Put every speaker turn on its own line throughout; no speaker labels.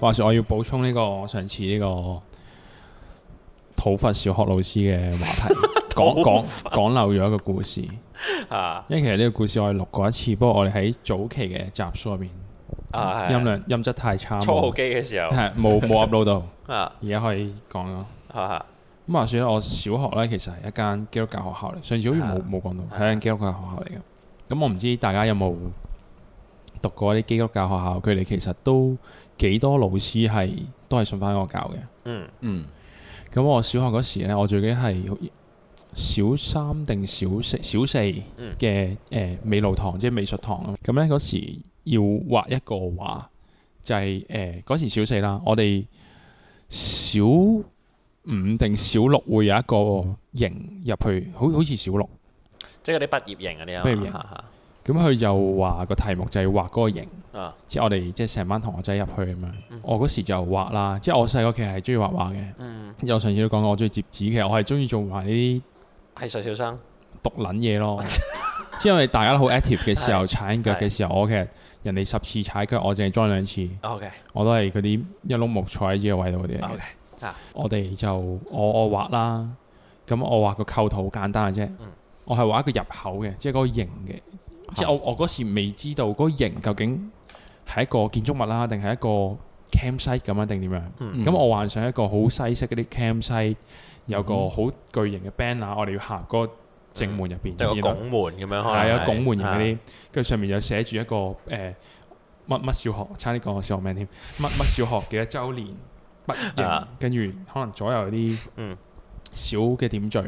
話說我要補充呢、個上次呢、個土佛小學老師嘅話 題，講講講漏咗一個故事。
啊
因為其實呢個故事我哋錄過一次，不過我哋喺早期嘅集數入面，
啊，
音量音質太差，
初號
冇
機嘅時候
係冇冇 upload 到，
啊，
而家可以講咯。
嚇
咁話說咧，我小學咧其實係一間基督教學校嚟，上次好似
啊
冇冇講到，係一間基督教學校嚟嘅。咁我唔知大家有冇讀過啲基督教學校，佢哋其實都幾多老師係都係信翻嗰個教嘅。
嗯
嗯，
咁我小學嗰時咧，我最記得係好小三定小四小四
嗯
嘅誒美勞堂，即係美術堂啊。咁咧嗰時要畫一個畫，就係誒嗰時小四啦，我哋小五定小六會有一個營入去，好好似小六。
即係嗰啲畢業型嗰啲啊，
畢業型
型
咁佢就話個題目就係畫嗰個營，
啊，
即係我哋即係成班同學仔入去咁樣。我嗰時就畫啦，即係我細個其實係中意畫畫嘅。
嗯，
有上次都講過，我中意摺紙，其實我係中意做埋呢啲
係細小生，
毒撚嘢咯。 即係因為大家都好 active 嘅時候，踩緊腳嘅時候，我其實人哋十次踩腳，我淨係 join 兩次，
OK
我都係嗰啲一碌木坐喺呢個位度嗰啲嚟嘅。
OK 啊
我哋就我我畫啦，咁我畫個構圖好簡單嘅啫。我係畫一個入口嘅，即係嗰個形嘅，即係我我嗰時未知道嗰個形究竟係一個建築物啦，定係一個 campsite 咁啊，定點樣？咁、
嗯
我幻想一個好西式嗰啲 campsite，有個好巨型嘅 banner，我哋要行嗰個正門入邊，
對個
然後
拱門咁樣，可能啊
係有拱門型嗰 啲，跟住上面就寫住一個誒乜乜小學，差啲講我小學名添， 乜乜小學幾多周年畢業
啊，
跟住可能左右有啲
嗯
小嘅點綴，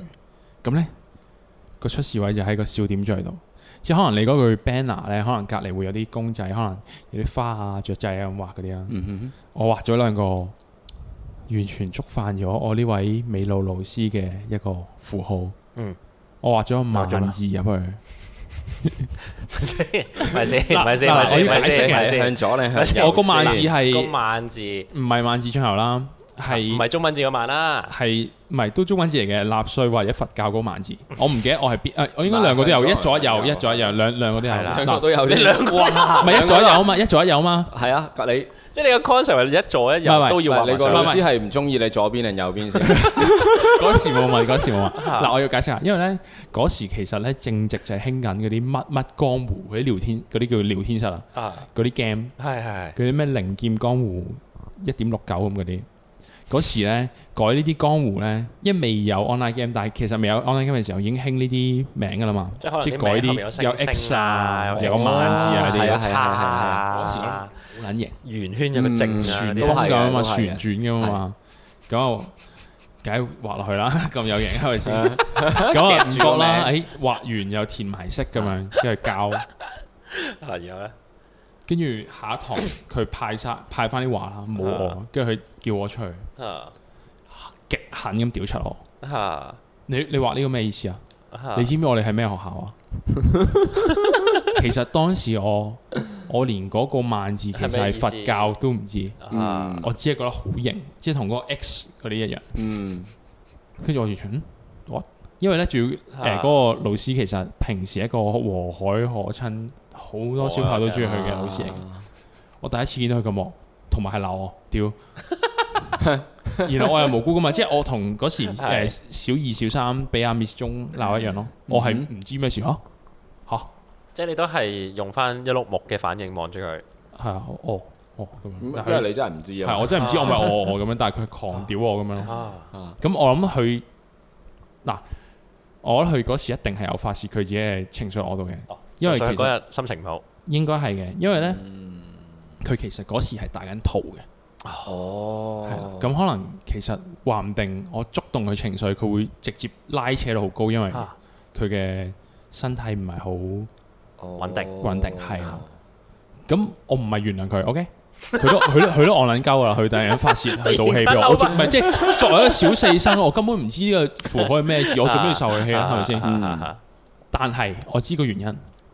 咁呢個出事位就喺個小點綴度，即係可能你嗰句 banner 呢，可能隔離會有啲公仔，可能有啲花啊、雀仔啊咁畫嗰啲啦。
嗯
我畫咗兩個完全觸犯咗我呢位美老老師嘅一個符號，
嗯，
我畫咗
畫咗啦
萬字入去。
咪先，咪先，咪先，咪先，咪
係向
先，
左定向右？
我個萬字
個
係
萬字
唔係萬字出頭啦？
唔
係
係中文字個萬啦，
係唔係都中文字嚟嘅？納粹或者佛教嗰個萬字，我唔記得我係邊誒，我應該兩個都有，一左一右，一左一右，兩兩個都有。
係啦
兩
嗱
個都有
你
啲
兩個
唔係一左一右嘛，一左一右 嘛。
係啊，隔你
即係你個 concept 係一左一
唔係唔
右
係
都
唔
要畫
係
埋
你個
上
老
去
師係唔中意你左邊定右邊先？
嗰時冇問，嗰時 冇問。嗱，我要解釋下，因為咧嗰時其實咧正值就係興緊嗰啲乜乜江湖嗰啲聊天，嗰啲叫聊天室啊，
啊，
嗰啲 game，
係係
嗰啲咩靈劍江湖一點六九咁嗰啲。嗰時咧改呢啲江湖咧，一未有 online game，但係其實未有 online game 嘅時候已經興呢啲名㗎啦嘛，
即係可能
係
啲
改
名後面有
啲
星
有
星
X
啊
啊，有
有
個萬字啊嗰
係
啲
啊
有
係啊
係
叉
啊好撚型，
圓圈有個正
嗯
啊
旋
嗰
都
風
啲，
係
咁啊嘛，
都係
旋轉咁啊嘛，咁啊梗係畫落去啦， 咁有型係咪先？咁啊唔覺啦，誒畫完又填埋色咁樣，跟住教，
啊然後咧。
跟住下一堂佢派晒派翻啲畫啦，冇我，跟住佢叫我出去，
啊
極狠咁屌出我。
啊
你你畫呢個咩意思啊？
啊
你知唔知我哋係咩學校 啊？其實當時我我連嗰個萬字其實
係咩
係
意思
佛教都唔知，
啊
我只係覺得好型，即係同嗰個 X 嗰啲一樣。
嗯，
跟住我完全我因為咧，仲要誒嗰
啊
個老師其實平時一個和藹可親，好多小朋友都中意佢嘅
啊
老師嚟嘅。我第一次見到佢咁惡，同埋係鬧我， 屌！然後我又無辜噶嘛，即係我同嗰時誒
係嗯
小二、小三俾阿 Miss 鐘鬧一樣咯。我係唔知咩事啊嚇嚇，
即係你都係用翻一碌木嘅反應望住佢，
係啊，哦哦咁樣。但
因
係
為你真係唔知
係
啊。
我真係唔知我咪我我咁樣，但係佢狂屌我咁樣咯。
啊
咁我諗佢嗱，我覺得佢嗰時一定係有發泄佢自己嘅情緒攞到嘅，因為
純粹
其實
哦嗰日嗯心情唔好，
應該係嘅，因為咧佢其實嗰時係大緊肚嘅，係啦
哦，
咁可能其實話唔定我觸動佢情緒，佢會直接拉扯到好高，因為
啊
佢嘅身體唔係好
穩
定
穩定係啦咁，我唔係原諒佢，OK？佢 都佢都佢都戇撚鳩㗎啦，佢突然間發泄去道氣
啊
俾我，我仲唔係即係作為一個小四生，我根本唔知呢個符號係咩字，我做咩要受佢氣啦，係咪先？
啊啊啊
但係我知個原因，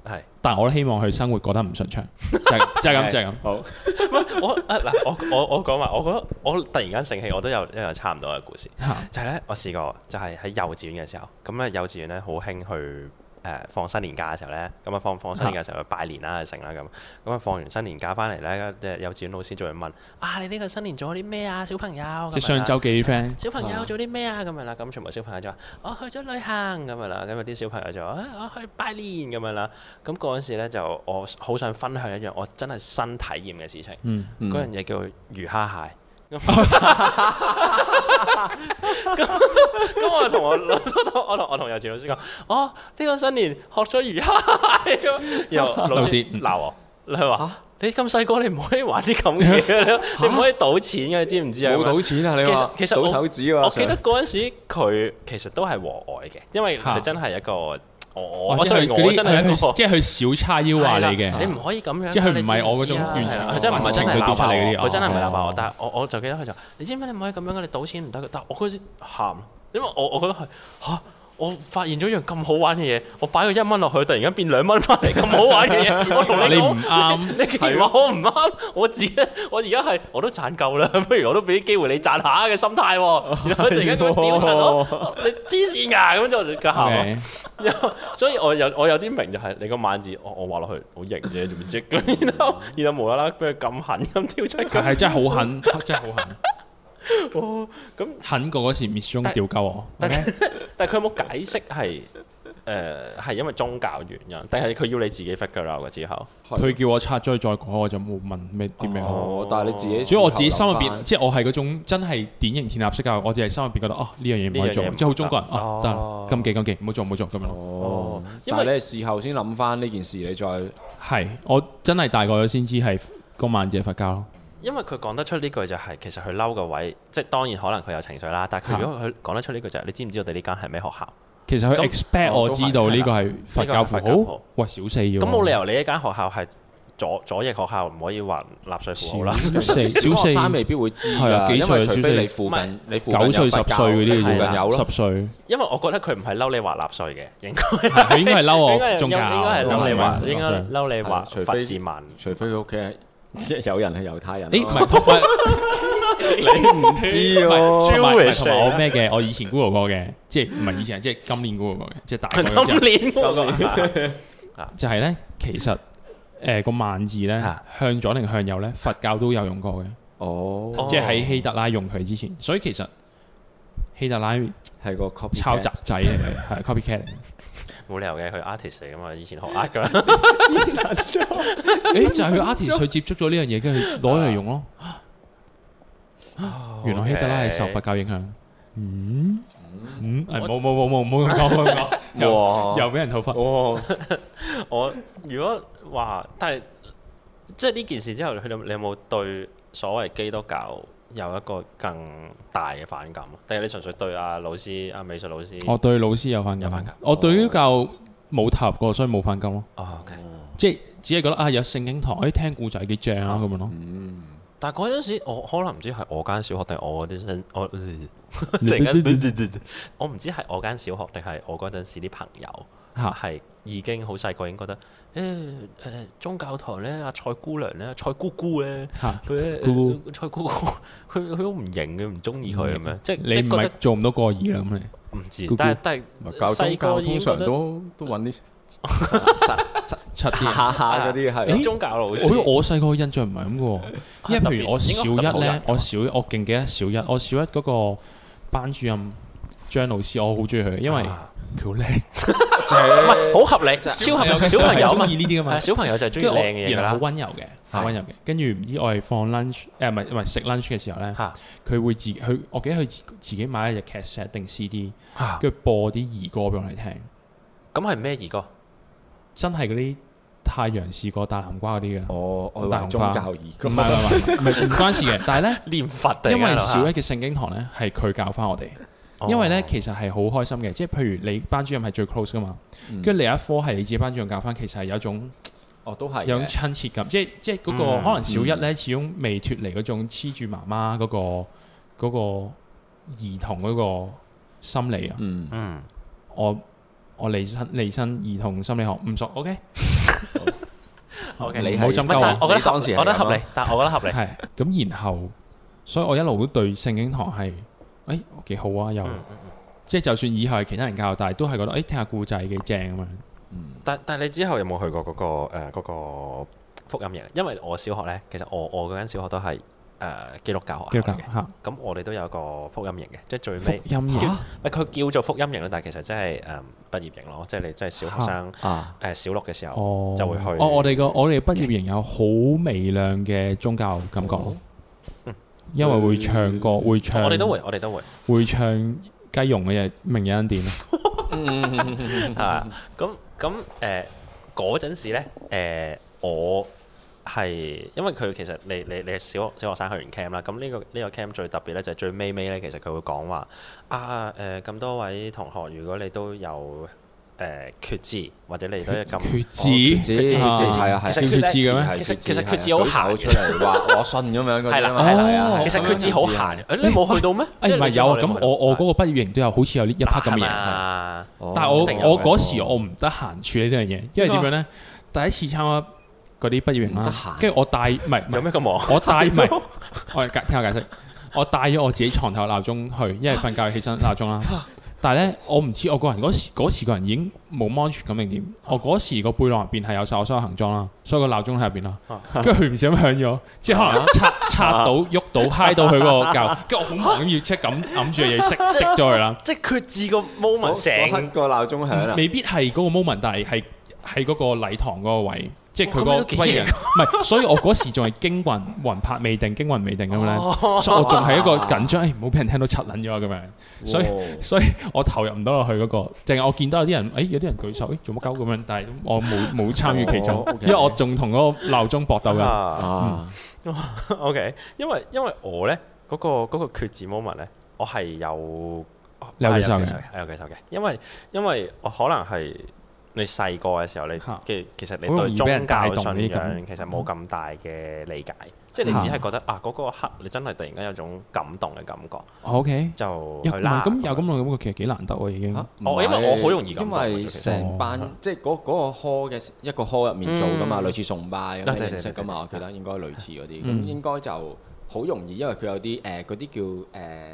係
但我都希望佢生活過得唔順 暢，就係就係咁，就係咁。
好，
嗯
我啊嗱，我我我講話，我覺得我突然間醒起，我都有一樣差唔多嘅故事，
嚇
啊就係咧，我試過就係喺幼稚園嘅時候，咁咧幼稚園咧好興去誒放新年假嘅時候咧，咁啊放放新年假嘅時候去拜年啦，成啦咁，咁啊放完新年假翻嚟咧，即係幼稚園老師就會問啊你呢個新年做咗啲咩啊，小朋友咁
即係
樣
上
啦
週幾 friend，
小朋友做啲咩啊？咁樣啦，咁全部小朋友就話：我去咗旅行咁樣啦。咁有啲小朋友就話：啊我去拜年咁樣啦。咁嗰陣時咧，就我好想分享一樣我真係新體驗嘅事情。
嗯，
嗯
嗰樣嘢叫魚蝦蟹。咁咁咁我同我老我同我同幼稚園老師講：哦，呢個新年學咗魚蝦蟹咁。然後老
老師
師鬧我，你話你咁細個，你唔可以玩啲咁嘅嘢，你唔可以賭錢嘅，你知唔知啊？咁
冇
樣
賭錢啊！你
其
話
實其實我
賭手指
啊
喎，
我記得嗰陣時佢其實都係和蔼嘅，因為
嚇
佢真係一個我我
哦
我
即係
雖
佢
然我
嗰
真係一
啲
個
即係佢小叉腰話你
係啦你
嘅，
唔可以咁樣，
即係佢唔係
你知知啊
我嗰種完全
係啦佢真係唔係真係
情緒
鬧
飆出
爆
嚟嗰啲
我，佢真係唔係鬧爆
哦
我，但係我我就記得佢就話你知唔知你唔可以咁樣嘅，你賭錢唔得嘅，但係我嗰時喊，因為我我覺得係嚇。我發現咗一樣咁好玩嘅嘢，我擺個一蚊落去，突然間變兩蚊翻嚟，咁好玩嘅 嘢，我同你
你
講
唔啱，
你既然話我唔啱，我自己我而家係我都賺夠啦，不如我都俾啲機會你賺下嘅心態喎。然後佢突然間咁樣調查我，你黐線㗎咁就佢喊
哦 OK，
啊。所以我有我有啲明就係你個萬字，哦我我話落去好型啫，做乜啫？ 咁然後然後無啦啦俾佢咁狠咁挑出
佢
佢，
係真係好 狠，真係好狠，
哦咁
狠過嗰時 Miss 中
但
調鳩我。
但但佢有冇解釋係誒係因為宗教原因，定係佢要你自己 figure out 嘅之後？
佢叫我拆咗佢再改，我就冇問咩啲咩好。
哦，但係你自己，
主要我自己心入邊，即係我係嗰種真係典型填鴨式教育，我只係心入邊覺得哦呢樣嘢唔可以做
呢樣嘢，唔
即係好中國人
得
哦得啦
哦
禁忌禁忌，唔好做唔好做咁樣咯。
哦，
因
因
為
為你係事後先諗翻呢件事，你再
係我真係大個咗先知係個萬字係佛教咯。
因為佢講得出呢句就係、其實佢嬲個位，即係當然可能佢有情緒啦。但係佢如啊果佢講得出呢句就係、你知唔知我哋呢間係咩學校？
其實佢
咁
expect
哦
我
都
知
係
道
係
呢
啦
個係佛
呢個
教
係
符
佛教符
號，喂小四要
咁冇理
由
由你呢間學校係左左翼學校，唔可以話納粹符號啦。
小四小
小學
四
生未必會知
係啊
㗎，
幾
因
歲
為
啊
除
小四
非你附
唔係
近你附近
九歲十歲嗰啲
附
要
係
近
啦
啊有咯
啊十，歲
因為我覺得佢唔係嬲你話納粹嘅，應該
係佢應該係嬲
應該
我
係
宗
應
教，
該係嬲你話，應該
係啊
嬲你話
係除非
佛字文。
除非佢屋 企係即係有人係猶太 人咯。
誒唔 係同埋
你唔知
同
係
喎，
埋唔係
Jewish
同埋我咩嘅？我以前 Google 過嘅，即係唔係以前，即係今年 Google 過嘅，即係大個 咗之後
今年 嗰 個
就係咧，其實誒個萬字咧
啊
向左定向右咧，佛教都有用過嘅，
哦，
即係喺希特拉用佢之前，所以其實希特拉
係個 copy
抄襲仔嚟嘅，係 copycat 嚟 嘅。
冇理由嘅，佢 artist 嚟噶嘛，以前學 art 噶。
誒就係佢 artist 佢接觸咗呢樣嘢，跟住攞嚟用咯。
哦
原來希特拉係受佛教影響。嗯嗯，誒冇冇冇冇冇咁講，冇咁講，又
哇
又俾人討伐。
哇，
我如果話，但係即係呢件事之後，佢有你有冇對所謂基督教有一個更大嘅反感？定係你純粹對阿老師、啊阿美術老師？
我哦對老師有反
有反
感
感，
我對呢教冇投入過，所以冇反感咯。
哦，OK。
即係只係覺得啊，有聖經堂，誒聽故仔幾正啊咁樣咯。
嗯但係嗰陣時，我可能唔知係我間小學定我嗰啲新我突然間，我唔知係我間小學定係我嗰陣時啲朋友
嚇
係已經好細個已經覺得誒誒、宗教堂咧，阿蔡姑娘咧，蔡姑姑咧。
嚇，
佢咧
姑
誒蔡姑姑， 佢佢好唔型嘅，唔中意佢咁樣，即係
你
嗯即
唔
係覺
係
得
做唔到過二啦咁你。
唔知
姑姑，
但係但係
教宗
細
教
個已經
通常
覺得
都都揾啲
七啲。啊
下下 嗰啲係
啊啲宗教老
我
師，
我細個印象唔係咁 嘅喎，因為譬如我小
應該特別
一
冇
咧
人，
我小我勁記得小一，我小一嗰個班主任張老師，我好中意佢，因為
啊
佢好靚，
唔係好合理，超合理，小朋友嘛
中，意呢啲噶
係
嘛
啊，小朋友就係中
跟
意
住我
靚嘅嘢㗎
然後好
啦，
温柔嘅，好温柔嘅。跟住唔知我係放 lunch 誒唔係唔係食 lunch 嘅時候咧，
嚇
佢會自己佢我記得佢自自己買一隻 cassette 定 CD，
嚇
跟住播啲兒歌俾我哋聽，
咁係咩兒歌？
真係嗰啲太陽試過大南瓜嗰啲嘅，
哦，我
大
話
紅
宗
花
教義
唔係唔係唔係唔係唔關事嘅，但係咧。
念佛定
因為小一嘅聖經堂咧係佢教翻我哋，
哦
哦
因為咧其實係好開心嘅，即係譬如你班主任係最 close 噶嘛，
嗯
跟住你有一科係你自己班主任教翻，其實係有一種
哦都係
有種
嘅
親切感，即係即係嗰個
嗯
可能小一咧始終未脱離嗰種黐住媽媽嗰個嗰個兒童嗰個心理啊，
嗯，
嗯
我我離身離身兒童心理學唔熟，OK，
，OK，
你
唔
係
好啊針
唔
鳩
係，但係
我，
我覺得
啊你當
合
時
理，
係
我覺得
咁咯
合理，但係我覺得合理，
係咁然後，所以我一路都對聖經堂係，誒幾好啊又。
嗯嗯嗯
即係就算以後係其他人教，但係都係覺得誒、聽下故仔幾正咁樣。
但但係你之後有冇去過嗰、個誒嗰、個福音營？因為我小學咧，其實我我嗰間小學都係誒、基督教學
基
校
督教嗯
嘅，
嚇
咁我哋都有個福音營嘅，即係最
福
尾
音營
喂佢叫做福音營啦，但係其實真係誒畢業營咯，即係你真係小學生誒、呃
啊，
小六嘅時候。
哦，
就會去
哦，我哋個我哋畢業營有好微量嘅宗教感覺咯，因為會唱歌，會唱，
我哋都會，我哋都會，
會唱雞蓉嘅嘢，明日恩典咯。
係啊咁咁誒嗰陣時咧，誒、我係因為佢其實你你你係小學小學生去完 camp 啦，咁呢、個呢、個 camp 最特別咧就係最尾尾咧，其實佢會講話啊誒咁、多位同學，如果你都有誒決志或者你都有咁
決
決
志
志
決
決志
志
係啊係
其
要決
實決
志
志
嘅咩？
係
其實
決志
其實
係
決志好
舉手
閒
出嚟話我信咁樣嗰
係
啲
啦哦
嘛，係啊係啊，係啊
其實
咁
決志好
係啊
閒，誒你冇去 到咩？
誒唔係有啊，
你冇
咁
去到
我我嗰個畢業營都有，好似有呢一 part 咁
係
嘅嘢。
嘛
哦
但係我
一定有嘅
我嗰時我唔得閒處理呢樣嘢，因為點樣咧？第一次參加嗰啲畢業營
唔得
啦
閒，
跟住我帶唔係唔
有
係
咩 咁忙？
我帶唔係，我解聽我解釋，我帶咗我自己床頭鬧鐘去，因為瞓覺起身鬧鐘啦。但係咧，我唔知我個人嗰時嗰時個人已經冇安全感定點，我嗰時個背囊入邊係有晒我所有行裝啦，所以個鬧鐘喺入邊啦，跟住佢唔小心響咗，即係可能插插到喐到嗨到佢個教，跟住我好忙咁要即係咁揞住嘢熄熄咗佢啦。
即係決志個 moment 成
嗰嗰刻個鬧鐘響啦，
嗯未必係嗰個 moment，但係係喺嗰個禮堂嗰個位，即
哦
係佢
哇咁你都
個
幾
威
型
人，唔係，所以我嗰時仲係驚魂魂魄未定，驚魂未定咁樣咧，
哦
所以我仲係一個緊張，哎誒唔好俾人聽到柒撚咗啊咁樣，所以
哇
所以我投入唔到落去嗰個，淨係我見到有啲人，哎誒有啲人舉手，誒做乜鳩咁樣，但係我冇冇參 與其中
哦，，OK
因為我仲同嗰個鬧鐘搏鬥㗎，
啊
啊
O K，因為因為我咧嗰、個嗰、個決志 moment 咧，我係有
你有
係
舉手嘅
係有舉手嘅，因為因為我可能係你細個嘅時候，你
嚇
嘅其實你
好容
對
易俾人
宗教
帶動呢
信
啲咁
仰其實冇咁大嘅理解，即係你
嚇
只係覺得啊嗰、個刻你真係突然間有種感動嘅感覺，
哦 OK，
就
又
去
唔
啦
係。咁有咁耐咁，其實幾難得喎已經
嚇，
哦因為我好容易咁
因
動嘅
為
其實
成班
哦
即係嗰嗰個科嘅一個科入面做噶嘛，
嗯
類似崇拜咁
啊
嘅
對對
形式噶嘛，我記
對
得應該類似嗰啲，
嗯
咁應該就好容易，因為佢有啲誒嗰啲叫誒。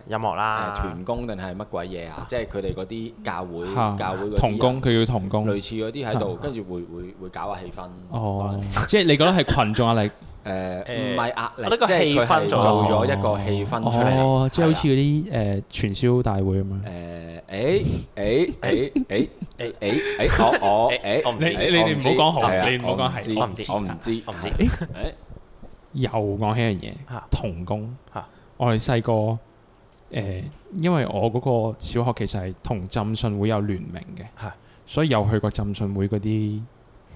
音樂
誒
啦，
團工定係乜鬼嘢啊？即係佢哋嗰啲教會
嚇
教會嗰啲人啊
童工佢叫童工，
類似嗰啲喺度，跟住會會會搞下氣氛。
哦，即係你覺得係群眾壓力？
誒唔係壓力，
我覺
即
得個
係
氣
佢
氛
係
做
做咗一個氣氛出嚟。
哦，即係好似
係
嗰啲誒傳銷大會咁樣。
啦誒誒誒誒誒誒誒我 我
誒
誒
我唔知
你你哋唔好講好
係啊
你唔好講係
我唔知
我唔知
我唔知
係誒
又講起一樣嘢
嚇，
童工
嚇。
我哋細個誒，因為我嗰個小學其實係同浸信會有聯名嘅
嚇，
所以有去過浸信會嗰啲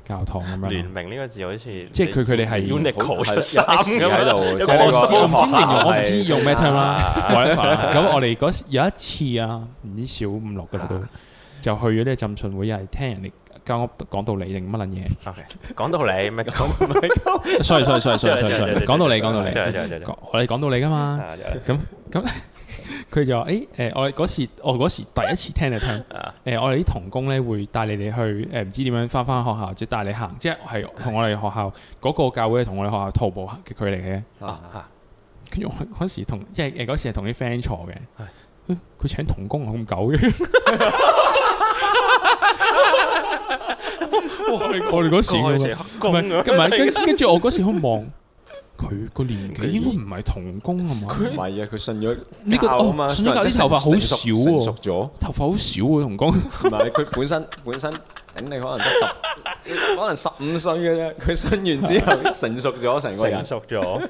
教堂咁樣
聯
咯。
名呢個字好似
即係佢佢哋係
Uniqlo
好
出衫咁
有 S 喺度
樣，有
即係
個
呢個
我唔知
蘇
形容，我唔知
係
用咩 term 啦
啊
，whatever 啦。咁我哋嗰時有一次啊，唔知小五六噶啦都，就去咗呢個浸信會，又係聽人哋教我講道理定乜撚嘢。
O K，講到你咩講
sorry sorry
啊
sorry sorry sorry，講道理講道理，
真係真係真係
講我哋講道理噶嘛。
啊真
咁
係
咁佢就話：，誒、誒，我哋嗰時我嗰時第一次聽就聽，誒、
啊
我哋啲童工咧會帶你哋去誒，唔、知點樣翻翻學校，或者帶你行，即係係同我哋學校嗰、個教會係同我哋學校徒步嘅距離嘅。
啊啊
跟住我 嗰時同即係誒嗰時係同啲 friend 坐嘅
係，
嗯佢請童工我咁久嘅。 我哋我哋嗰時
過
嘅
去成
喎
黑
唔
工
係
咁
唔係跟跟住我嗰時好望佢個年紀應該唔係童工啊嘛。
唔係啊，佢信咗
呢個
教啊嘛
哦信咗教啲
佢人真係
頭髮好
成熟
少喎
成熟咗。
頭髮好少喎，童工。
唔係佢本身本身頂你可能得十，可能十五歲嘅啫。佢信完之後成熟咗成個人
成，熟咗。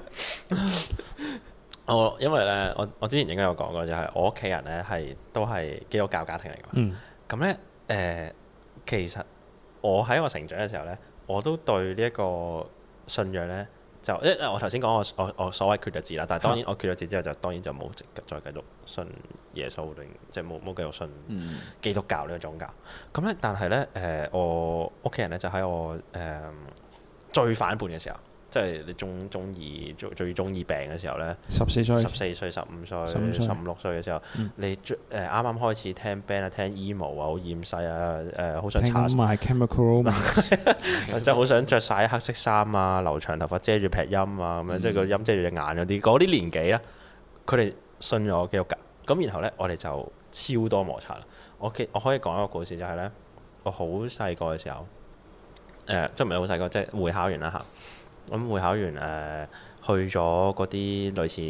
我因為咧，我我之前應該有講過，就係我屋企人咧係都係基督教家庭嚟㗎嘛。
嗯，
咁咧，誒、其實我喺我成長嘅時候咧，我都對呢一個信仰咧，就因為我頭先講我我我所謂決咗志啦，但係當然我決咗志之後就當然就冇即再繼續信耶穌定即係冇冇繼續信
嗯，
基督教呢個宗教。咁咧，但係咧，誒、我屋企人咧就喺我誒、最反叛嘅時候，即係你中中意最最中意病嘅時候咧。
十四歲
十四歲、十五歲、
15歲
十五六歲嘅時候
嗯，
你最誒啱啱開始聽 band 啊、聽 emo 啊，好厭世啊，誒好想
聽
搽，
緊埋 Chemical Romance，
即係好想着晒黑色衫啊，留長頭髮遮住劈音啊，咁樣即係個音遮住隻眼嗰啲，嗰啲年紀啦，啊佢哋信咗基督教，咁然後咧我哋就超多摩擦啦。我記我可以講一個故事就係咧，我好細個嘅時候，誒、即係唔係好細個，即係會考完啦嚇。咁會考完誒、呃去咗嗰啲類似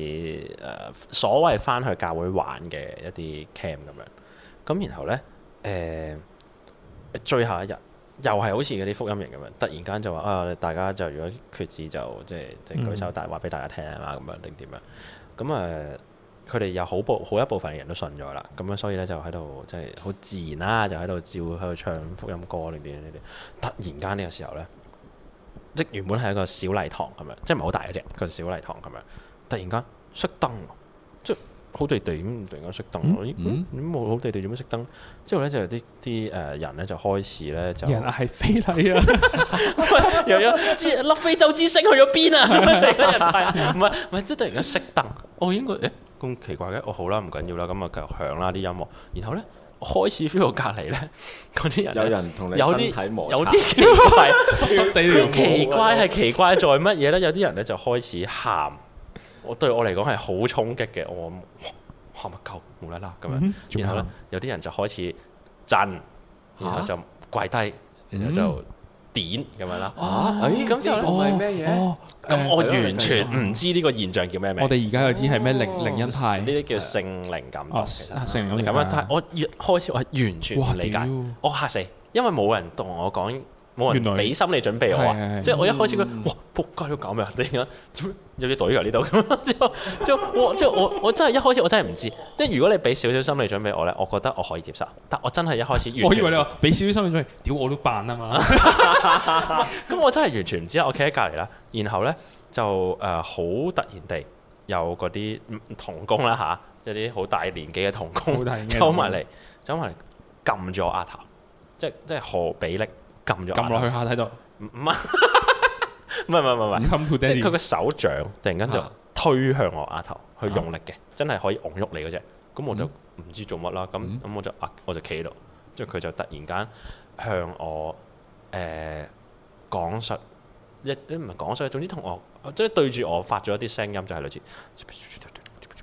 誒、所謂翻去教會玩嘅一啲 camp 咁樣。咁然後咧誒、最後一日又係好似嗰啲福音營咁樣，突然間就話啊，大家就如果決志就即係即係舉手大話俾大家聽啊嘛，咁樣定點樣？咁誒。佢哋有好部好一部分嘅人都信咗啦，咁樣所以咧就喺度即係好自然啦，就喺度照喺度唱福音歌定點呢啲。突然間呢個時候咧，即原本係一個小禮堂咁樣，即係唔係好大嗰隻，佢係小禮堂咁樣。突然間熄燈喎，即係好地地咁突然間熄燈喎，咦
嗯
咁冇好地地做咩熄燈？之後咧就有啲啲誒人咧就開始咧就
有人係非禮啊，
又有知粒非洲之星去咗 邊啊？咁樣突然間人睇啊唔係唔係，即係突然間熄燈，我應該誒咁奇怪嘅，我哦好啦，唔緊要啦，咁啊繼續響啦啲音樂，然後咧我開始 feel 到隔離咧嗰啲人呢
有人同你
有
身
啲
體摩擦，
有啲奇怪，
濕濕地啊嚟
佢奇怪係奇怪在乜嘢咧？有啲人咧就開始喊，我對我嚟講係好衝擊嘅，我喊乜鳩無啦啦咁
嗯
樣。然
啊
後咧，有啲人就開始震，然後就跪低，
嗯
然後就點咁樣啦。
啊，誒
咁就
呢個唔係咩嘢？
哦，
咁我完全
誒
唔知呢個現象叫咩名，
我哋而家就知係咩靈靈恩派
呢啲叫聖靈感動
哦，
其實。
啊聖靈
咁
感
樣
動，
但係我越開始我係完全唔
哇
理解
屌，
我嚇死，因為冇人同我講，冇
原來
人俾心理準備我
係係
啊！
係
即係我一開始覺得哇仆街都搞咩啊！突然間做咩有嘢隊㗎呢度咁，之後之後我之後我我真係一開始我真係唔知，即係如果你俾少少心理準備我咧，我覺得我可以接受，但我真係一開始完
我以
全唔
為你
知
話俾少少心理準備，屌我都扮啊嘛，
咁我真係完全唔知啦，我企喺隔離啦，然後咧就誒好、突然地有嗰啲嗯童工啦吓，有 啲好大年紀嘅童
好
工
大年紀嘅
走埋嚟，走埋嚟撳咗我額頭，即係即係何比力撳咗
撳落
去，
去下睇到
唔唔係唔係唔係唔係唔係，
，come to
即係佢
daddy，
個手掌突然間就
啊
推向我額頭，去用力嘅，真係可以擁喐你嗰只，咁我就唔知做乜啦，咁
嗯
咁我就啊我就企喺度，之後佢就突然間向我誒。講述一唔係講述，總之同我即係對住我發咗一啲聲音，就係類似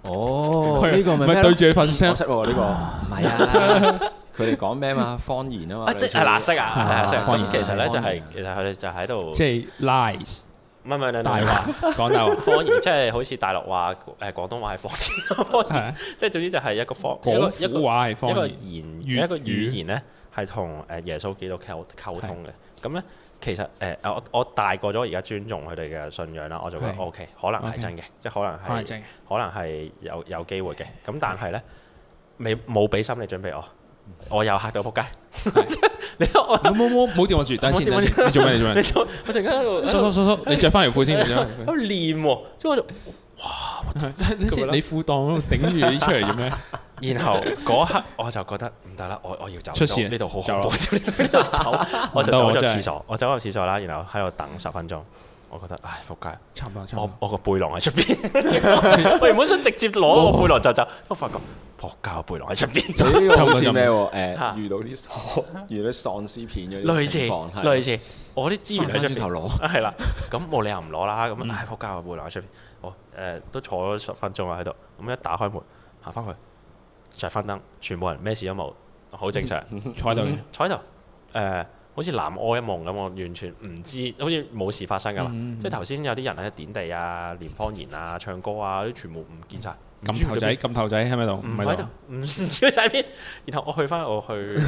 哦，
係
呢個咪咩
對
咯？
住你發出聲
我，識喎呢個，唔係啊， 佢哋講咩嘛？方言啊嘛，類似
係嗱識啊，係識啊
方言
咁其實咧就
方
係
言啊
其實佢哋就喺度
即係 lies
唔係唔係
大話，講大話，
方言，即係好似大陸話誒廣東話係方言，方
係
言
啊
即係總之就係一個方一個
廣
一
府
個
話係
一個
方言，
言一個語言咧係同誒耶穌基督溝溝通嘅，咁咧。其實誒，我我大個咗，而家尊重佢哋嘅信仰啦，我就覺得
係
OK，可能係
OK
真嘅，即係可能
可能
係
正，
可能係有有機會嘅。咁但係咧，未冇俾心理準備我，
嗯
我又嚇到仆街。 你我
冇冇冇冇電話住，等陣先，等陣先你做 咩？你做
你
咩？
做 我突然間喺度
叔叔叔叔，你着翻條褲先，你
喺
着
度
返條褲
喺度練喎，之後我就
等陣先你褲檔嗰度頂住啲出嚟做咩？
然後嗰一刻我就覺得唔得啦，我我 要走，
出事
呢度好
走
恐怖， 呢度走， 我就
唔得喎
走咗
真係
廁所，我走入廁所啦，然後喺度等十分鐘。我覺得唉，仆街！
差唔多，差唔
我
多。
我個背囊喺出 邊，我原本想直接攞個背囊就走，我發覺仆街，我背囊喺出邊。
你呢個好似
就
咩喎？
嚇
誒，遇到啲喪， 遇到啲喪屍片嗰啲
類似
情況係
類似，我啲資源喺出
翻轉
邊
頭攞
啊，係啦，咁冇理由唔攞啦，
嗯
咁唉仆街我冇留喺出邊，我誒都坐咗十分鐘啦喺度，咁一打開門行翻去，着翻燈，全部人咩事都冇，好正常，
坐喺度嘅，
坐喺度誒，呃好似南柯一夢咁，我完全唔知，好似冇事發生㗎嘛，
嗯嗯
即係頭先有啲人喺度點地啊、念方言啊、唱歌啊，啲全部唔見晒。唔知
撳
去
頭
咗邊
仔，撳頭仔喺咪度？
唔
唔
喺
喺
度
度。，
唔知去晒邊。然後我去翻我去誒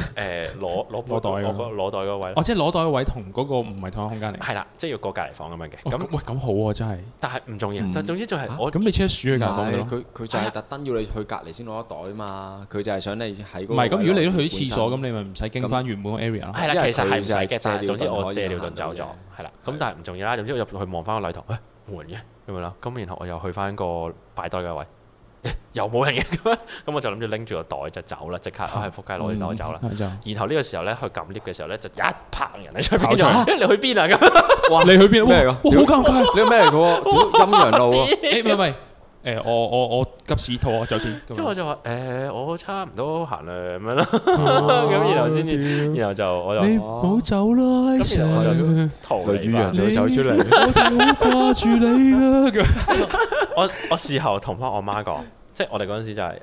攞攞
攞袋
我
嗰
個
個
攞袋嗰位
哦，即係攞袋嘅位同嗰個唔係同一個空間嚟。
係啦，即係要過隔離房咁樣嘅。
哦
咁
咁喂，咁好喎，真係。
但係唔重要，
嗯
就總之就係
啊
我
咁你車鼠去
唔
隔房
係
咯。
佢佢就係特登要你去隔離先攞一袋嘛，佢就係想你喺嗰個
唔係，咁
位
如果你
內
都去咗廁所，
本
咁你咪唔使經翻原本個 area 咯。
係啦，
因為
其實係唔使
佢就
嘅
係，
但係
借
總之
尿遁
我
可以
掉尿遁
行
走
到
咗
嘅，
係啦。咁但係唔重要啦，總之我入去望翻個禮堂，誒冇人嘅咁樣啦。咁然後我又去翻個擺袋嘅位， 誒又冇人嘅咁樣，咁我就諗住拎住個袋就走啦，即刻唉仆街攞住袋走啦。
嗯。就
然後呢個時候咧，去撳 lift 嘅時候咧，就一拍人喺出
跑
邊
出嚟
就，你去邊啊咁？
哇
你去邊啊？
咩嚟
哇
㗎
哇好尷尬。
你咩嚟嘅喎？屌陰陽路喎！
誒，唔係唔係，誒，我我我急屎肚，我走先。咁樣
之後我就話誒，我差唔多行啦咁樣啦。
哦
咁然後先
屌
然後就我
你
就
唔好走啦，
咁然後我就逃
雷
離
雨
吧
人。就走出嚟
你我哋好掛住你啊！咁
我我事後同翻我媽講，即係我哋嗰陣時就係、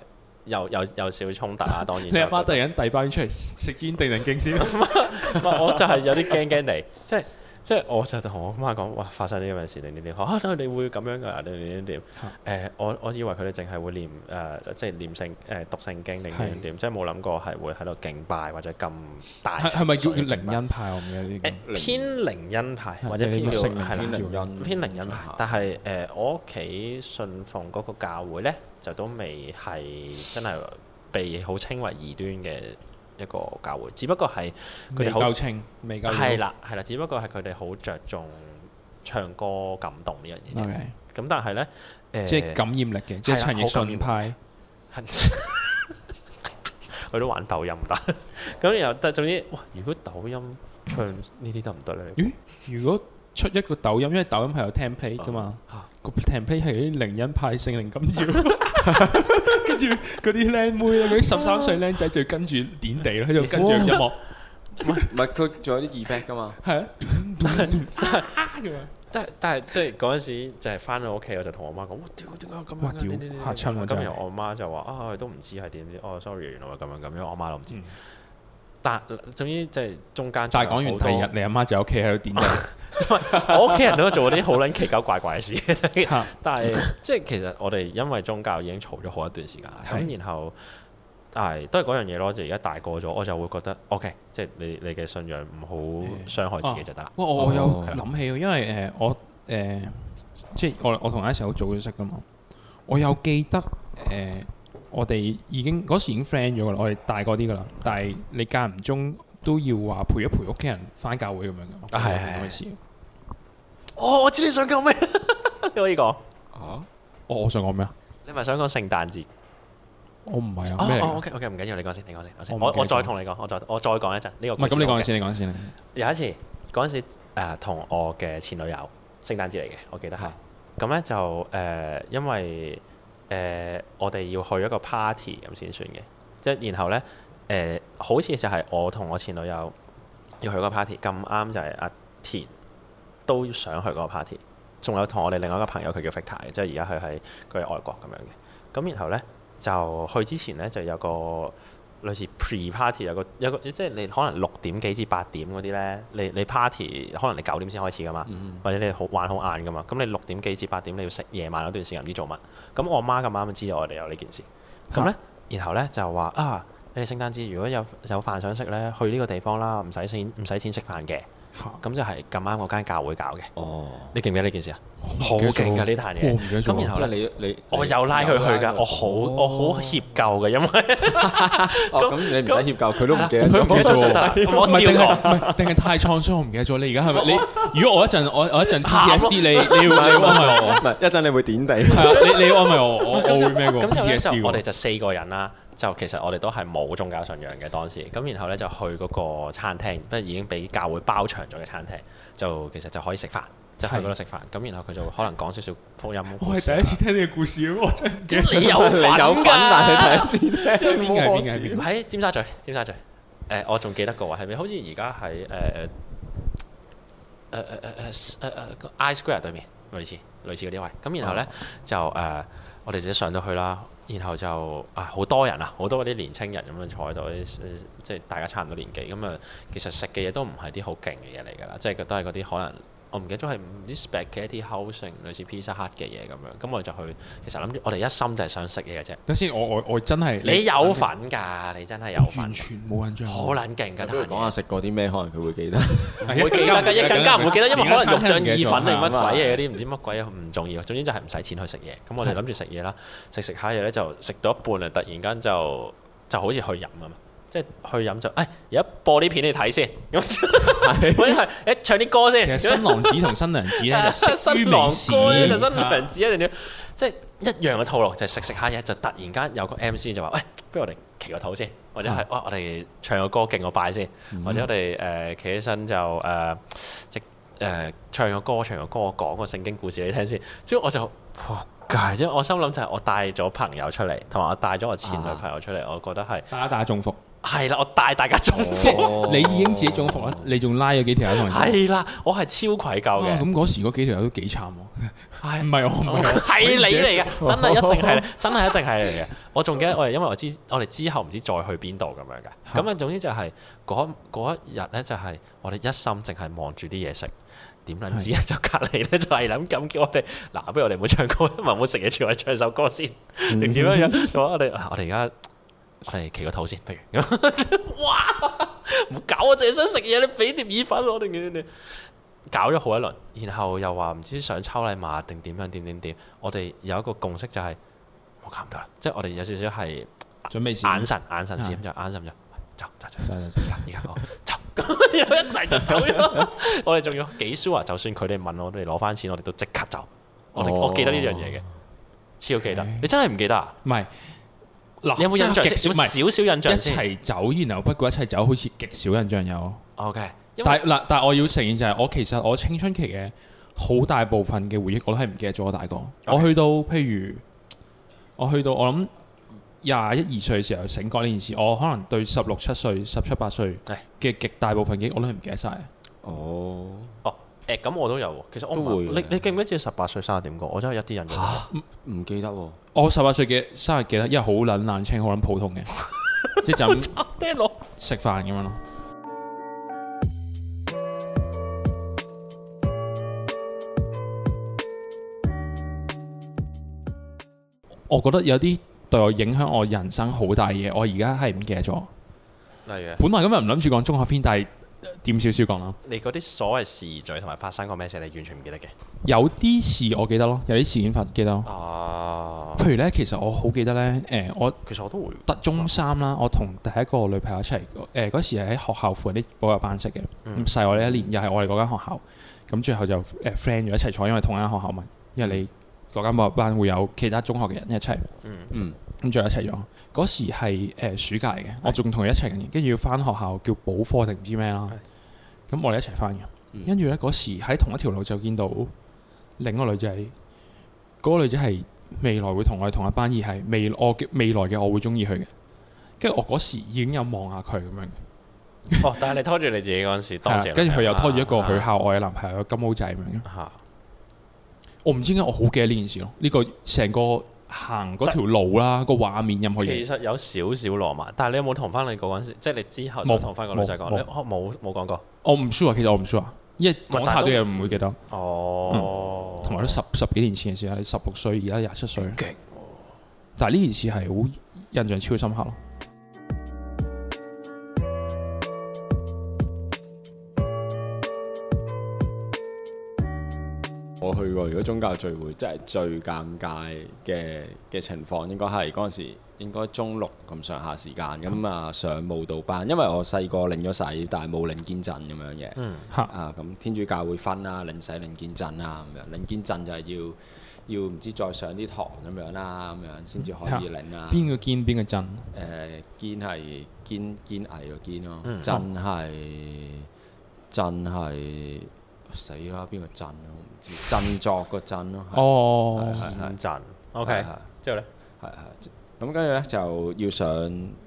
有有有少衝突啊，當然。
你阿媽突然間遞包煙出嚟食煙定定勁先，
唔係，我就係有啲驚 驚地，即係即係我就同我媽講，哇！發生呢樣事，你點點 嚇，啊你會咁樣㗎，你點點點誒，我我以為佢哋淨係會念誒、呃即係念聖誒、呃、讀聖經定點點點，即係冇諗過係會喺度敬拜或者咁大
係係咪叫
情緒
叫
嘅敬
靈
拜
恩派？我唔記得呢
誒
啲。
偏靈恩派
係
或者
你
偏
個
叫
聖靈
係啦
偏靈
偏靈恩派，但係誒、呃我屋企信奉嗰個教會咧，就都未係真係被好稱為異端嘅一個教會，只不過係佢
未
哋好
夠清，未夠
係啦係啦，只不過係佢哋好着重唱歌感動呢樣嘢啫。
，OK，
咁但係咧誒，
嗯即係感染力嘅，即係
係啦
陳奕
好感染力
迅派。
係 佢都玩抖音得， 咁然後但係總之，哇！如果抖音唱呢啲得唔得咧？
咦？如果出一個抖音，因為抖音係有 template 噶嘛，
嚇
個 template 係啲靈恩派聖靈感召，跟住嗰啲靚妹啊，嗰啲十三歲僆仔就跟住點地啦，喺度跟住音樂，
唔係佢仲有啲 effect 噶嘛？
係啊，咚咚咚啊咁樣。
但係但係即係嗰陣時就係翻到屋企，我就同我媽講：我屌點解咁樣
哇
啊？
屌
呢啲呢啲
嚇親我真係
咁然後我媽就話：啊，都唔知係點知。哦，sorry，原來係咁樣咁樣。我媽都唔知
嗯。
但總之即係中間仲
但
有
係
好
講完第
多，
二日，你阿媽就喺屋企喺度點地，
我屋企人都做啲好撚奇搞怪怪嘅事。
嚇
但係 即係其實我哋因為宗教已經嘈咗好一段時間啦。
係
咁然後係都係嗰樣嘢咯。就而家大個咗，我就會覺得 OK，即係你你嘅信仰唔好傷害自己就得啦。
哇！我我有
哦
諗起喎，因為誒、呃我誒、呃即係我我同 Ice 好早就識噶嘛，我有記得誒、呃我哋已經嗰時已經 friend 咗噶啦，我哋大個啲噶啦，但係你間唔中都要話陪一陪屋企人翻教會咁樣嘅，
啊係係
咁嘅事。
哦，我知你想講 咩，你可以講。哦
啊，
我我想講咩啊？
你咪想講聖誕節？
我唔係
哦
啊，咩嚟
哦
㗎？
，OK OK，唔緊要，你講先，你講先，我
我
先
唔
我
記得
我再
講
同你講，我再我再講一陣呢個
唔係
故事。
咁，你講
哦我
緊
嘅。
先，你講緊先。你講緊先
有一次嗰陣時，誒同我嘅前女友聖誕節嚟嘅，我記得係。咁咧就誒，因為誒我哋要去一個 party 咁先算嘅，即係然後咧誒，好似就係我同我前女友要去個 party，咁啱就係阿田都想去嗰個 party，仲有同我哋另外一個朋友佢叫 Victor 嘅，即係而家佢喺佢喺外國咁樣嘅。咁然後咧就去之前咧就有個類似 pre party 有個有個即係你可能六點幾至八點嗰啲咧，你你 party 可能你九點先開始噶嘛，
嗯
或者你好玩好晏噶嘛，咁你六點幾至八點你要食夜晚嗰段時間唔知做乜，咁我媽咁啱知道我哋有呢件事，咁咧然後咧就話啊，你哋聖誕節如果有有飯想食咧，去呢個地方啦，唔使錢唔使錢食飯嘅，
嚇
咁就係咁啱嗰間教會搞嘅，
哦，
你記唔記得呢件事啊？好
唔記得咗哦
勁㗎呢
我
壇嘢
唔，記得
咁然
咗。
後
即
呢
係你你
我有拉佢去
哦
㗎，我好我好歉疚嘅，因為
哦咁你唔使歉疚，佢都唔記得
佢唔記得
咗。
咗就得啦，
唔
我
係定
照
係
講。
唔係定係太創傷，我唔記得咗。你而家係咪你？如果我一陣我我一陣
喊咯
PTSD，你你要
唔
你
係
要
唔
安慰我。
係，唔係一陣你會點地。
係 啊，你你要安慰我，我我
咁就
會咩
咁就咧
嘅
就
？PSD
我哋就四個人啦，就其實我哋都係冇宗教信仰嘅當時，咁然後咧就去嗰個餐廳，不過已經俾教會包場咗嘅餐廳，就其實就可以食飯，就去嗰度食飯。咁然後佢就可能講少少福音故
我
事
係
啊。
第一次啊聽呢個故事，我真係唔記得。
你有
你
份
有份，但
㗎？
係你第一次
係
聽。
邊個係邊個係邊個
喺尖沙咀，尖沙咀。誒，我仲記得個位係咪？好似而家喺誒誒誒誒誒誒誒個 I Square 對面，類似類似嗰啲位。咁然後咧。就誒、呃我哋自己上到去啦，然後就啊好多人啊，好多嗰啲年青人咁樣坐喺度，啲呃即係大家差唔多年紀咁啊。其實食嘅嘢都唔係啲好勁嘅嘢嚟㗎啦，即係都係嗰啲可能我唔記得咗係唔知 spaghetti housing 類似 pizza hut 嘅嘢咁樣。咁我就去，其實諗住我哋一心就係想食嘢嘅啫。
等先，我我我真係
你有份㗎，你真係有份
完，全冇印象。
好撚勁㗎，
不如
但
講下
係
食過啲咩，可能佢會記得。
係，
唔會記得㗎，一更加唔會記得，因為可能肉醬意粉定乜
啊嘛
鬼嘢嗰啲，唔知乜鬼嘢啊唔重要。總之就係唔使錢去食嘢。咁我哋諗住食嘢啦，食食下嘢咧就食到一半啊，突然間就就好似去飲咁啊！即係去飲就，哎，而家播啲片你睇先，咁 或者係，誒唱啲歌
其實
先，
新郎子同新娘子咧就識於微
新
啊
郎
時
哥咧就新娘子一定要，即係一樣嘅套路，就係食食下嘢就突然間有個 MC 就話：喂，不如我哋祈個禱先，或
啊
者係哇，我哋唱個歌敬個拜先，
嗯
或者我哋誒企起身就誒即誒唱個歌，唱個歌，講個聖經故事你聽先。之後我就仆街，因為我心諗就係我帶咗朋友出嚟，同埋我帶咗我前女朋友出嚟，我覺得係。
打打中伏，
係啦，我帶大家中
即
伏，
係你已經自己中伏啦，你仲拉咗幾條友同人講。
哦係啦，我係超愧疚
啊
嘅，
咁嗰時嗰幾條友都幾慘喎，
係哦
唔係我唔係
係你嚟嘅， 真係一定係你，真係一定係你嚟嘅。我仲記得我哋，因為我知我哋之後唔知再去邊度咁樣嘅。咁啊，總之就係嗰嗰一日咧，就係我哋一心淨係望住啲嘢食。點撚知啊 就隔離咧，就係諗咁叫我哋嗱，不如我哋唔好唱歌，唔好食嘢住，我哋唱首歌先，
嗯
定點樣樣？我話我哋嗱我哋而家我哋祈個肚先，不如 哇！唔搞，我淨係想食嘢，你俾碟意粉我定點點點？搞咗好一輪，然後又話唔知想抽禮物定點樣點點點，我哋有一個共識就係、我搞唔得啦，即係我哋有少少係
準備先
眼神眼神閃就眼神就走走走，
走走走
而家而家我走，咁然後一齊就走咗。我哋仲要幾 sure，就算佢哋問我哋攞翻錢，我哋都即刻走。我哋、
哦
我記得呢樣嘢嘅，超記得
Okay。
你真係唔記得啊？
唔係嗱，
你有冇印象
真係
先？
極少
有冇
唔係
少少印
一
象先
齊走，然後不過一齊走，好似極少印象有。
？OK，因為
但係嗱，但係我要承認就係我其實我青春期嘅好大部分嘅回憶我都係唔記得咗，大哥。我去到譬如我去到我諗廿一二歲嘅時候醒覺呢件事，我可能對十六七歲、十七八歲
係
嘅極大部分嘅我都係唔記得晒。
哦，
哦誒咁我都有喎。其實我唔
都會嘅
你你記唔記得自己十八歲生日點過？我真係一啲印象都冇。
唔記得喎，
我十八歲嘅生日記得，因為好撚冷清，好撚普 通嘅，即係就咁
爹佬。
食飯咁樣咯。我覺得有啲對我影響我人生好大嘢，我而家係唔記得咗。
例如
本來今日唔諗住講中學篇，但係呃點少少講啦。
你嗰啲所謂時序同埋發生過咩事，你完全唔記得嘅。
有啲事我記得咯，有啲事件發記得咯。
啊，
譬如呢，其實我好記得呢，呃誒、我
其實我都會。
特中三啦，我同第一個女朋友一齊，誒、嗰時係喺學校附近啲補習班識嘅，
嗯
咁細我哋一年，又係我哋嗰間學校，咁最後就誒 friend 咗一齊坐，因為同一間學校嘛，因為你嗰間補習班會有其他中學嘅人一齊，
嗯
嗯，
咁最後一齊咗。嗰時係誒、暑假嚟嘅，我仲同佢一齊嘅，跟住要翻學校叫補課定唔知咩啦，咁我哋一齊翻
嗯
嘅，跟住呢，嗰時喺同一條路就見到另一個女仔，嗰、個女仔係。未來會同我哋同一班，而係未我嘅未來嘅我會中意佢嘅。跟住我嗰時已經有望下佢咁樣，
哦，但係你拖住你自己嗰陣時，當
係
時啊
啦啊跟住佢又拖住一個佢
嚇
校外嘅男朋友金毛仔咁樣。
嚇。
我唔知點解我好記得呢件事咯，呢、個成個行嗰條路啦，個畫面任何嘢
其實有少少浪漫，但係你有冇同翻你嗰陣時，即係你之後再
冇
同翻個女仔講？
冇
你哦冇冇講過。
我唔 sure，其實我唔 sure，因為講太多嘢唔會記得，
哦，
嗯同埋都十十幾年前嘅事啦，你十六歲，而家廿七歲，
勁
但係呢件事係好印象超深刻咯。
我去過。如果宗教聚會，真係最尷尬嘅嘅情況，應該係嗰陣時應該中六咁上下時間咁啊，上舞蹈班，因為我細個領咗洗，但係冇領堅振咁樣嘅。
嗯
嚇
啊，咁天主教會分啦，領洗、領見證啦，咁樣領見證就係要要唔知再上啲堂咁樣啦，咁樣先至可以領啦。
邊個堅邊個真？
誒堅係堅堅毅個堅咯，
嗯
真係真係死啦！邊個震啊？我唔知振作個震咯。係
哦，
係係
天陣。
係
OK，
係
之後咧，
係係。咁跟住咧就要上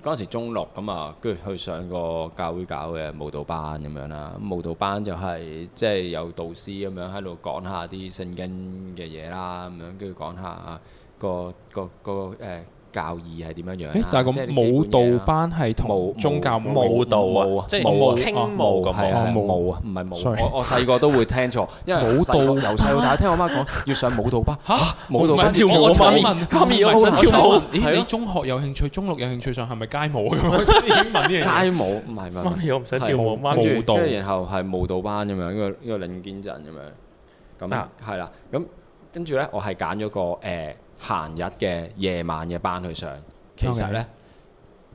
嗰陣時中六咁啊，跟住去上個教會搞嘅舞蹈班咁樣啦。咁舞蹈班就係即係有導師咁樣喺度講下啲聖經嘅嘢啦，咁樣跟住講下個個個誒教義係點樣樣
誒
啦。，
但係
即係啲
個
基
舞
本嘢啦啊
蹈班係同
舞
宗教
舞
冇
舞蹈
舞
啊
啊，
即係
舞啊
傾舞
舞
咁
係
喎。
啊
哦
係
舞
舞啊，唔係舞。
Sorry
我我細個都會聽錯，因為
舞蹈
細個由細到大聽我媽講要上舞蹈班，嚇舞蹈班
跳
我
舞
我
啊
媽
嘛
咪
我問
媽咪
我
我
問
想跳舞
咦
係咯
你中學有興趣，中六有興趣上係咪街舞咁？我真係已經問呢樣嘢。
街舞，唔係唔係
媽
唔係。
咪，我唔使跳舞，
係舞
媽咪
冇。
跟住
蹈
跟住然後係舞蹈班咁樣，呢個呢個領堅陣咁樣，咁
啊
係啦，咁跟住咧，我係揀咗個誒閒日嘅夜晚嘅班去上，其實
OK
咧。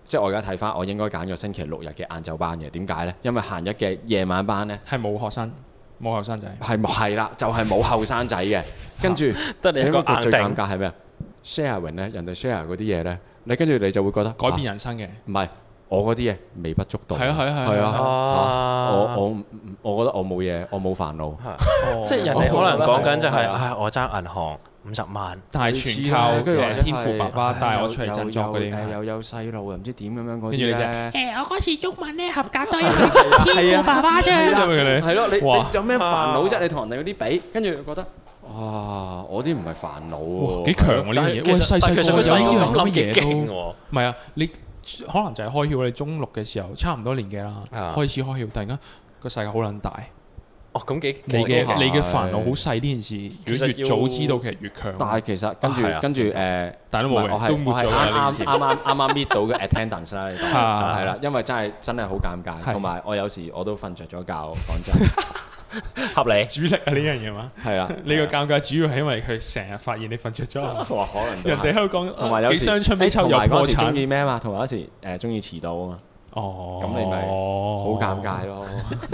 即係我而家睇翻，我應該揀咗星期六日嘅晏晝班嘅。點解呢？因為閒日嘅夜晚班呢，
係冇學生，冇學生仔。
係冇 係啦，就係冇後生仔嘅。跟住
啊
得你一個
諗佢
硬
最尷
定。
尬係咩？sharing 咧，人哋 share 嗰啲嘢咧，你跟住你就會覺得
改變
啊
人生嘅，
唔係我嗰啲嘢微不足道。
係啊係啊係啊
係
係
啊。嚇
啊
哦
我嗯我唔我覺得我冇嘢，我冇煩惱。
哦即係人哋可能講緊就係，
哦
唉，我爭銀行，五十萬，
但係全靠
類似啦跟住或者
誒天賦爸爸
係啊
帶我
有
出嚟
有
振作嗰
有誒
啲，
又有細路又唔知點咁樣
跟
嗰
住你
啲
就
咧。
誒、我嗰次中文咧合格都係因為天賦爸爸
係
啫。
咪啊佢哋？
係咯，你
哇
你有咩煩惱啫？你同人哋嗰啲比，跟住覺得哇，我啲唔係煩惱喎，
哇，幾強喎呢樣嘢！喂，
但係其實
細
但係其
細
實
個
佢細
有
個
呢樣
咁
咁
諗
嘅
幾
嘢
勁
都
喎。
唔係啊！你可能就係開竅，你中六嘅時候差唔多年紀啦，
啊
開始開竅，突然間個世界好撚大，
哦，咁幾
你
幾
嘅
啊
勁
你嘅煩惱好細呢件事，如果越早知道其實越
但
強，
係其實跟住
啊係啊
跟住誒，
但都
唔
冇
係我
謂，都
係我
冇
係
做啦呢件
啱啱
事。
啱啱啱啱 meet 到嘅 attendance 啦，你當
啊
係啦，因為真係真係好尷尬，
係
同埋我有時我都瞓着咗覺，講真
合理。
主力啊呢樣嘢嘛，
係啦，
你個尷尬主要係因為佢成日發現你瞓着咗，啊
哇可能都
人
係啊
哋喺度講，
同埋有
幾
時
傷春悲秋又
誒同埋
破
嗰時中
產，
意咩嘛？同埋嗰時誒中意遲到啊嘛，
哦，
咁你咪好尷尬咯。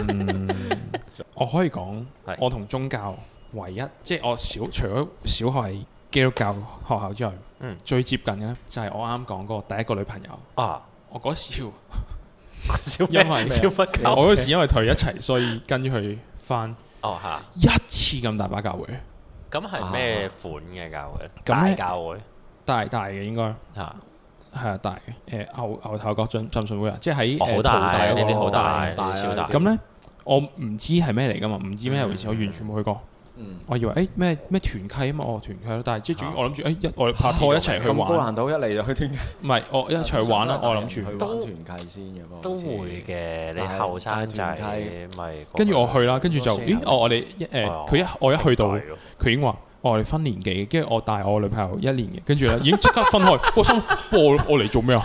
嗯， 我可以講
係，
我同宗教唯一即係我小除咗小學係基督教學校之外，
嗯
最接近嘅咧就係我啱講嗰個第一個女朋友。
啊！
我嗰時要，
小
因為
咩？小不夠
我嗰時因為同佢一齊，所以跟住佢翻
哦嚇，
一次咁大把教會，
咁係咩款嘅教會？
咁
大
咧
教會
大大嘅應該
嚇，
係啊大嘅，誒牛牛頭角浸浸信會啊，即係喺
哦
誒
好大
淘嗰個
呢啲好大，
大
呢啲超大。
咁咧，我唔知係咩嚟噶嘛，唔知咩回事，我完全冇去過。
嗯
我以為誒咩咩團契啊嘛，哦團契咯，但係即係主要
啊
我諗住誒一我哋拍拖一齊去
咁高啊
玩，
難度一嚟就去團
唔係我一齊去玩啦，我諗住。
都團契先嘅
都會嘅，你
但係
後生仔
但係團
咪
跟住我去啦，跟住就
好多
咦
share
我我哋一誒
哦
佢一我一去到，
奇怪喎
佢已經話哦我哋分年紀，跟住我帶我女朋友一年嘅，跟住咧已經即刻分開，我心諗 哇我我嚟做咩啊？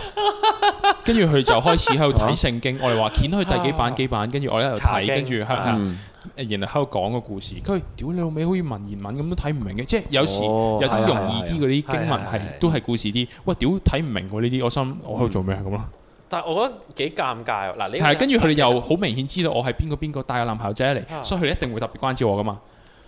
跟住佢就開始喺度睇聖經，我哋話掀去第幾版幾版，跟住我喺度
啊查
睇，
經啊
跟住係啊係
嗯
誒然後喺度講個故事，跟住屌你老味，好似文言文咁都睇唔明嘅，即係有時
哦
有啲容易啲嗰啲經文
啊係啊係啊係啊
係都係故事啲，喂屌睇唔明喎呢啲，我心我喺度做咩啊咁咯？
但係我覺得幾尷尬喎。嗱，你
係跟住佢哋又好明顯知道我係邊個邊個帶個男朋友仔
啊
嚟，所以佢哋一定會特別關照我噶嘛。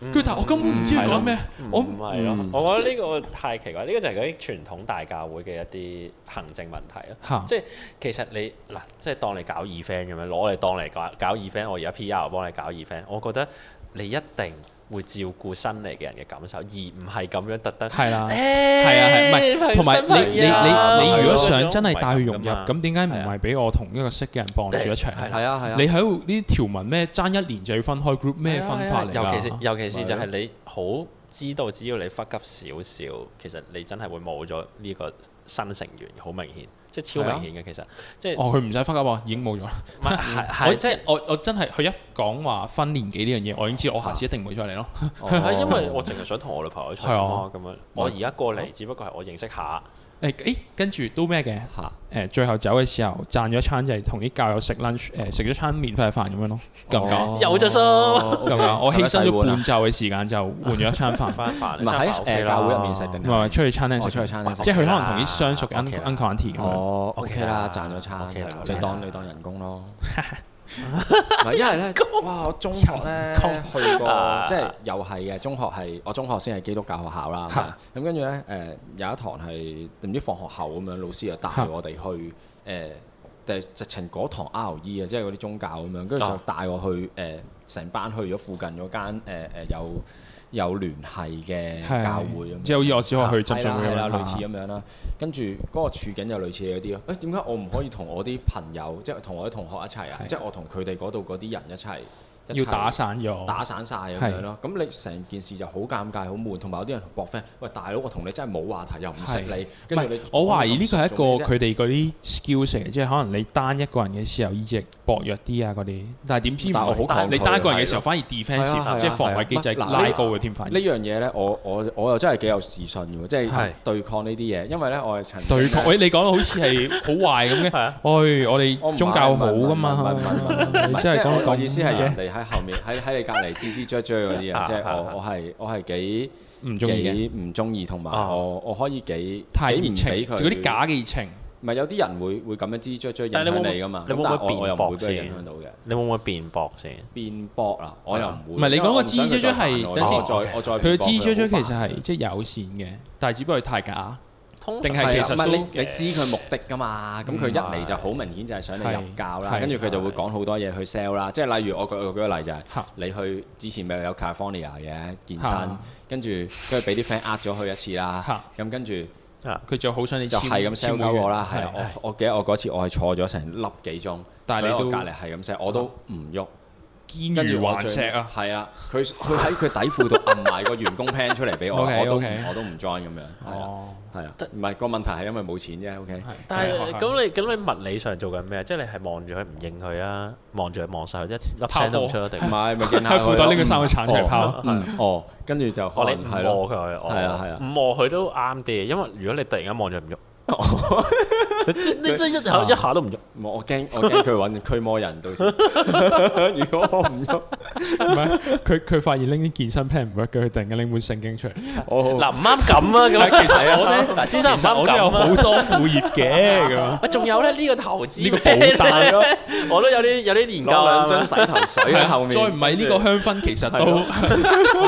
跟住但係我根本唔知佢講咩，我
唔係咯
嗯，
我覺得呢個太奇怪，呢個就係嗰啲傳統大教會嘅一啲行政問題咯。
嚇
即係其實你嗱，即係當你搞 event 咁樣，攞嚟當嚟搞搞 event，我而家 PR 幫你搞 event，我覺得你一定會照顧新嚟嘅人嘅感受，而唔係咁樣特登。
係啦。係
係
啊係，唔係同埋你你
啊
你你你如果想真係帶佢融入，咁點解唔
係啊
係俾我同一個識嘅人傍住一齊？
係
係啊係啊，
你喺度呢啲條文咩爭一年就要分開 group 咩分法嚟㗎？
尤其是尤其是就係你好知道，只要你忽急少少，其實你真係會冇咗呢個新成員，好明顯，即係
啊
超明顯嘅。其實即係
哦，佢唔使分級喎，已經冇咗啦。
唔係係
我
係嗯即係
我我真係佢一講話分年紀呢樣嘢，我已經知道我下次一定唔會再嚟咯。
哦
係因為我淨係想同我女朋友一齊啫嘛咁樣。我而家過嚟，只不過係我認識下。
誒誒，跟住都咩嘅？
嚇
誒呃最後走嘅時候賺咗餐就係同啲教友食 lunch，誒食咗餐免費飯咁樣咯，夠唔夠？
有隻數
夠唔夠？我犧牲咗半
哦唔
晝嘅時間就換咗一餐飯，
翻飯
係喺誒教會入面食定
唔係唔係出去餐廳
我
食，
哦出去餐廳食
即係佢可能同啲相熟嘅
OK 啦
uncle uncle auntie 咁樣。
哦
OK
，OK
啦
啦，賺咗餐
OK 啦
就
OK
當
啦
你當人工 咯。唔係因為咧，哇！我中學咧去
啊
過，即係又係嘅。中學係我中學先係基督教學校啦。咁啊咁跟住咧，誒有一堂係唔知放學後咁樣，老師就帶
嚇
我哋去誒，誒直情嗰堂 R.E 啊，即係嗰啲宗教咁樣，跟住就
啊
帶我去誒，成班去咗附近嗰間誒誒有有聯繫嘅
係
教會咁樣。
即係好似我小學去浸
係
信
啦
會
啊係
咁
啦，
樣，啊
類似咁樣啦。跟住嗰個處境就類似嗰啲咯。誒點解我唔可以同我啲朋友，即係同我啲同學一齊啊？
係
即係我同佢哋嗰度嗰啲人一齊，一
要
齊
打散咗。
打散晒咁樣咯。咁你成件事就好尷尬、好悶，同埋有啲人搏 friend。喂，大佬，我同你真係冇話題，又唔識
係
你，
唔
跟住
係
你，
我懷疑呢個係一個
佢
佢哋嗰啲 skills 嚟嘅，即係可能你單一個人嘅時候意志力薄弱啲啊嗰啲，但係點知唔
但我好
係
抗拒
你單一個人嘅
係
時候反而
係啊係
defensive，
啊
即係防
係啊
衞機制
唔係嗱
拉
呢
高嘅添反而
呢。樣嘢咧，我我我又真係幾有自信嘅喎，即
係
係對抗呢啲嘢。因為咧，我係曾經
對抗，喂，你講到好似係好壞咁嘅。
係啊
喂，我
我唔
哋宗教好噶
唔係
嘛
唔係唔係唔係唔係，唔
你真
係即
係
係
咁
我
講
我意思係人哋喺後面喺喺你隔離吱吱喳喳嗰啲
啊
啊，即
啊
係
啊
我我係我係幾
唔中意嘅，
幾唔中意，同埋
啊
我我可以幾
太
幾
熱
唔
情，
俾佢
嗰啲假嘅熱情。
唔係有啲人會會咁樣吱吱喳
但
喳
你會唔
影
會
響你噶嘛？
你會唔會
咁但係我我又唔會
辯駁
俾佢
先
影響到嘅。
你會唔會辯駁先？
辯駁啦，我又唔會。
唔係你講個
因為我唔想佢
吱吱喳喳係
再煩我
等陣先
我再我再
佢嘅
辯駁
知追
佢
追其
好煩
實係即係友善嘅，但係只不過係太假。
通
定係
常
其
係啊
實
唔係你
so-
你知佢目的㗎嘛？咁佢一嚟就好明顯就係想你入教啦，
係
跟住佢就會講好多嘢去 sell 啦。即係例如我舉我舉個例就係
嚇
你去之前咪有 California 嘅健身
嚇，
跟住跟住俾啲 friend 呃咗佢一次啦，咁跟住
佢就好想你
就
簽
係咁
簽
sell 鳩
會員
我啦。係啊
係係
我我記得我嗰次我係坐咗成粒幾鐘，
但係你
佢喺我
都
隔離係咁 sell，我都唔喐。
堅如
我
頑石
最
啊！
係啦，佢佢喺佢底褲度揞埋個員工 plan 出嚟俾我，
OK，
我都唔
OK
我都唔 join 咁樣，係啦，
哦，
係啦，唔係個問題係因為冇錢啫，OK，
係
但係
係啊
咁你咁你物理上做緊咩？即係你係望住佢唔應佢啊，望住佢望晒佢一粒
拋
聲都唔
波
出一定
唔。係啊咪見下
喺
佢
褲袋拎佢三個鏟嚟
拋，
拋，
嗯哦，跟住就可
我你
能
唔
係
摸
咯，
佢，我
係啊係啊
唔摸佢都啱啲，因為如果你突然間望住佢唔喐，你真你真一下一下都唔喐，
我我驚我驚佢揾驅魔 人到時，如果我唔喐，
唔係佢佢發現拎啲健身 plan 唔 work 嘅，佢突然間拎本聖經出嚟。
我
嗱唔啱咁啊咁。其實我咧，嗱先生唔
其實
啱
我都有
咁
好
啊。
多副業嘅咁樣。
喂，啊仲有咧呢個投資
呢個保單
咯， 我都有啲有啲研究
攞兩
啊。
樽洗頭水喺後面，
再唔係呢個香薰，其實都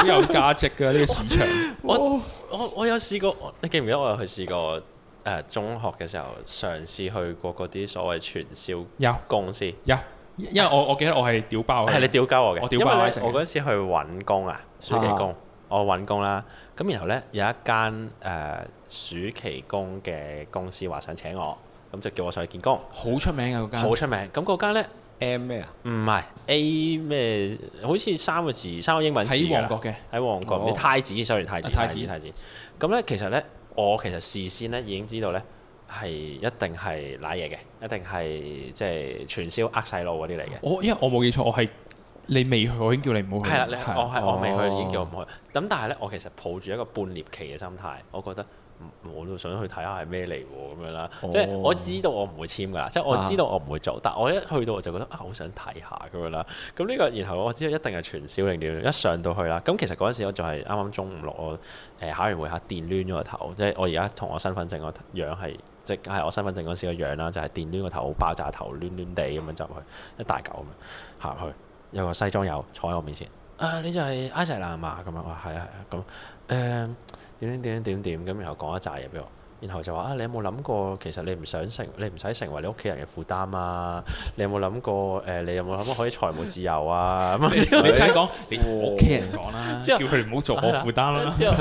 好有價值嘅呢個市場。
我我
哦
我有試過，我你記唔記得我有去試過誒、呃中學嘅時候嘗試去過嗰啲所謂傳銷
有
公司，
有，因為我我記得我係屌爆佢。
係你屌鳩我嘅。
我屌爆
因
你
為呢
成日
我嗰時去揾工啊，暑期工，我揾工啦。咁然後呢，有一間誒、呃暑期工嘅公司話想請我，咁就叫我上去見工，
好出名嘅嗰間
好。出名。咁嗰間呢，
M 咩啊？
唔係 A 咩，好似三個字，三個英文字
喺
㗎啦
旺角嘅，
喺旺角，唔知
哦
太子，sorry 太子，
啊太
太
子
子太子。咁咧，其實咧，我其實事先咧已經知道咧，係一定係賴嘢嘅，一定係即係傳銷呃細路嗰啲嚟嘅。
我因為我冇記錯，我係你未去，我已經叫你唔好去。
係啦，你我係我未去，
哦
已經叫我唔去。咁但係咧，我其實抱住一個半獵奇嘅心態，我覺得嗯我都想去睇下係咩嚟喎咁樣啦。
哦
即係我知道我唔會簽㗎啦，即係我
啊
知道我唔會做，但我一去到我就覺得啊，好想睇下咁樣啦。咁呢個然後我知道一定係傳銷定點，一上到去啦。咁其實嗰陣時我仲係啱啱中午落我誒考完會考電攣咗個頭，即係我而家同我身份證個樣係。即係我身份證嗰時個樣啦，就係電攣個頭，好爆炸頭，攣攣地咁樣就去一大嚿咁樣行入去，有個西裝友坐喺我面前。啊，你就係埃塞蘭嘛？咁樣，哇，係啊，係啊，咁誒點點點點點咁，然後講一紮嘢俾我，然後就話啊，你有冇諗過其實你唔想成，你唔使成為你屋企人嘅負擔 啊？你有冇諗過誒、你有冇諗過可以財務自由啊？ 咁樣
你使講，你同我屋企人講啦，
之
叫
後
佢哋唔好做我負擔啦。
之後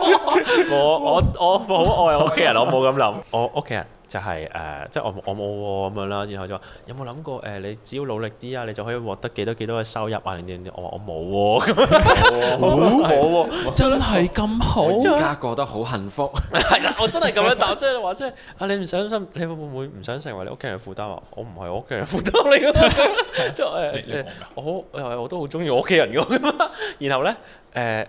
我我我我好愛我屋企人，我冇咁諗。 我屋企人就係、誒、即係我我冇喎咁樣啦。然後就話有冇諗過誒、呃你只要努力啲啊，你就可以獲得幾多幾多嘅收入啊？你點點我話我冇喎，咁 樣冇喎。
真係咁好啊
我而家覺得好幸福，
係啦，我真係咁樣答，即係話即係啊！你唔想心，你會唔會唔想成為你屋企人嘅負擔啊？我唔係我屋企人嘅負擔嚟 㗎，即係
你你
誒誒
講㗎，
我誒我都好中意我屋企人㗎嘛。然後咧誒，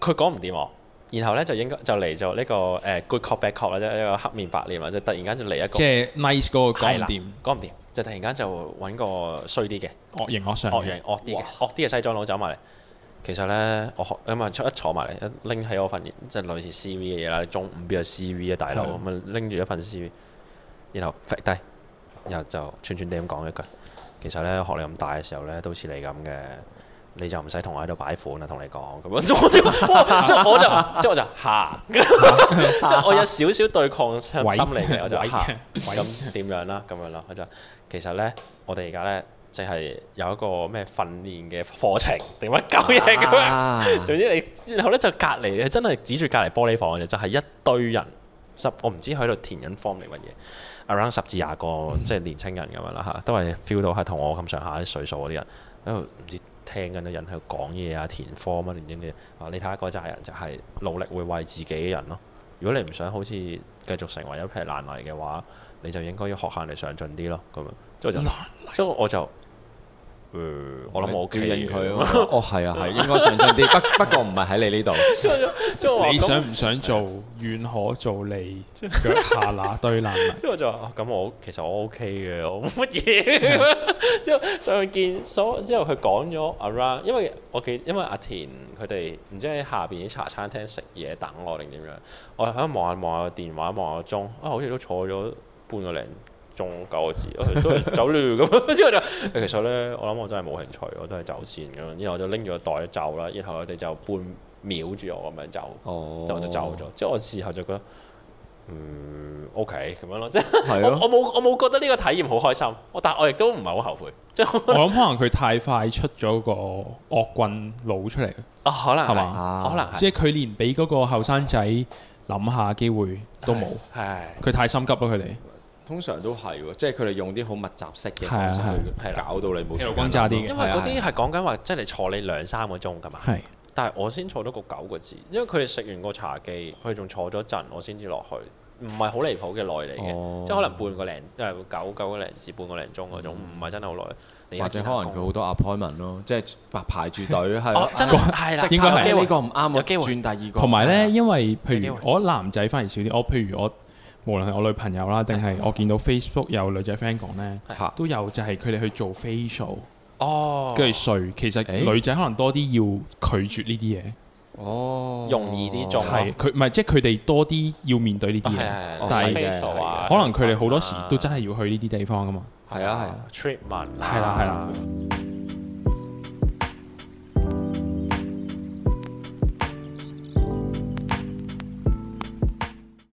佢講唔掂我，然後咧就應該就嚟咗呢個誒 good cop bad cop 啦，即係一個黑面白臉啊，即係突然間就嚟一個
即係 nice 嗰個講
係
唔
啦
掂，
講唔掂，就突然間就揾個衰啲嘅。
惡形惡相嘅。
惡樣惡啲嘅惡啲嘅西裝佬走埋嚟。其實咧，我學咁啊，出一坐埋嚟，一拎起我份即係類似 CV 嘅嘢啦。你中午邊有 CV 啊，大佬
係
咁啊，拎住一份 CV，然後揈低，然後就串串地咁講一句。其實咧，學你咁大嘅時候咧，都似你咁嘅，你就唔使同我喺度擺款啦，同你講咁啊 樣。我就哇即係我就即係我就 嚇，即係我有少少對抗心
喂
理嘅，我就
喂
嚇。
喂
咁點樣啦？咁樣啦，佢就話其實咧，我哋而家咧，即係有一個咩訓練嘅課程定乜鳩嘢咁樣。
啊
總之你，然後咧就隔離，真係指住隔離玻璃房嘅啫，就係一堆人十，我唔知佢喺度填緊 form 定乜嘢，around 十至廿 個即係年青人咁樣啦嚇，都係 feel 到係同我咁上下啲歲數嗰啲人喺度唔知聽緊啲人喺度講嘢啊，填 form 啊，點點點啊，你睇下嗰扎人就係努力會為自己嘅人咯。如果你唔想好似繼續成為一撇爛泥嘅話，你就應該要學下人哋上進啲咯，咁樣。之後就，之後我就，誒、嗯我諗我 OK
應
嘅
佢啊嘛， 哦係啊係，應該上進啲，不 不過唔係喺你呢度，
之後我話
你
咁
想唔想做？願可做你腳下那堆爛 泥。
因為我就話啊咁、我其實我 OK 嘅，我冇乜嘢。 之後上去見所之後佢講咗 around，因為我記因為阿田佢哋唔知喺下邊啲茶餐廳食嘢等我定點樣，我喺度望下望下個電話，望下個鐘，啊好似都坐咗半個零鐘九個字，啊都係走啦咁樣。 之後就其實咧，我諗我真係冇興趣，我都係走先咁樣。然後我就拎咗個袋走啦，然後佢哋就半秒住我咁樣走，
哦，
就就走咗。之後我事後就覺得，嗯，OK 咁樣咯，即係
係
我
咯，
我冇我冇覺得呢個體驗好開心，我但我亦都唔係好後悔，即 係
我諗可能佢太快出咗個惡棍佬出嚟，
啊可能
係
係，
嘛
可能係，
即係佢連俾嗰個後生仔諗下機會都冇，
係
佢太心急啦！佢哋
通常都係喎，即係佢哋用啲好密集式嘅方式
係啊
去
係啊
搞到你冇時間
氣流轟炸啲嘅
因為嗰
係
啲
啊
係講緊話，真係坐你兩三個鐘㗎嘛。
係
但係我先坐咗個九個字，因為佢哋食完個茶記，佢仲坐咗陣，我先至落去，唔係好離譜嘅耐嚟嘅，
哦
即係可能半個零誒九九個零至半個零鐘嗰種，唔係真係好耐。你
嗯或者可能佢好多 appointment 咯，即係排排住隊係
哦
咯。
真係係啦，
應該係
有機
呢
會
個唔啱
有
我，
機會
轉第二個。
同埋
係
咧，
啊，
因為
有
譬
機
如
會
我男仔反而少啲，我譬如我無論係我女朋友啦，定係我見到 Facebook 有女仔 friend 講咧，
嚇
都有就係佢哋去做 facial
哦，
跟住睡，其實
誒
女仔可能多啲要拒絕呢啲嘢。
哦，
容易啲做
係佢唔係即係佢哋多啲要面對呢啲
哦係係
嘢，
係，
但係
facial 啊，
可能佢哋好多時都真係要去呢啲地方噶嘛。
係啊係啊。
treatment
係啦係啦，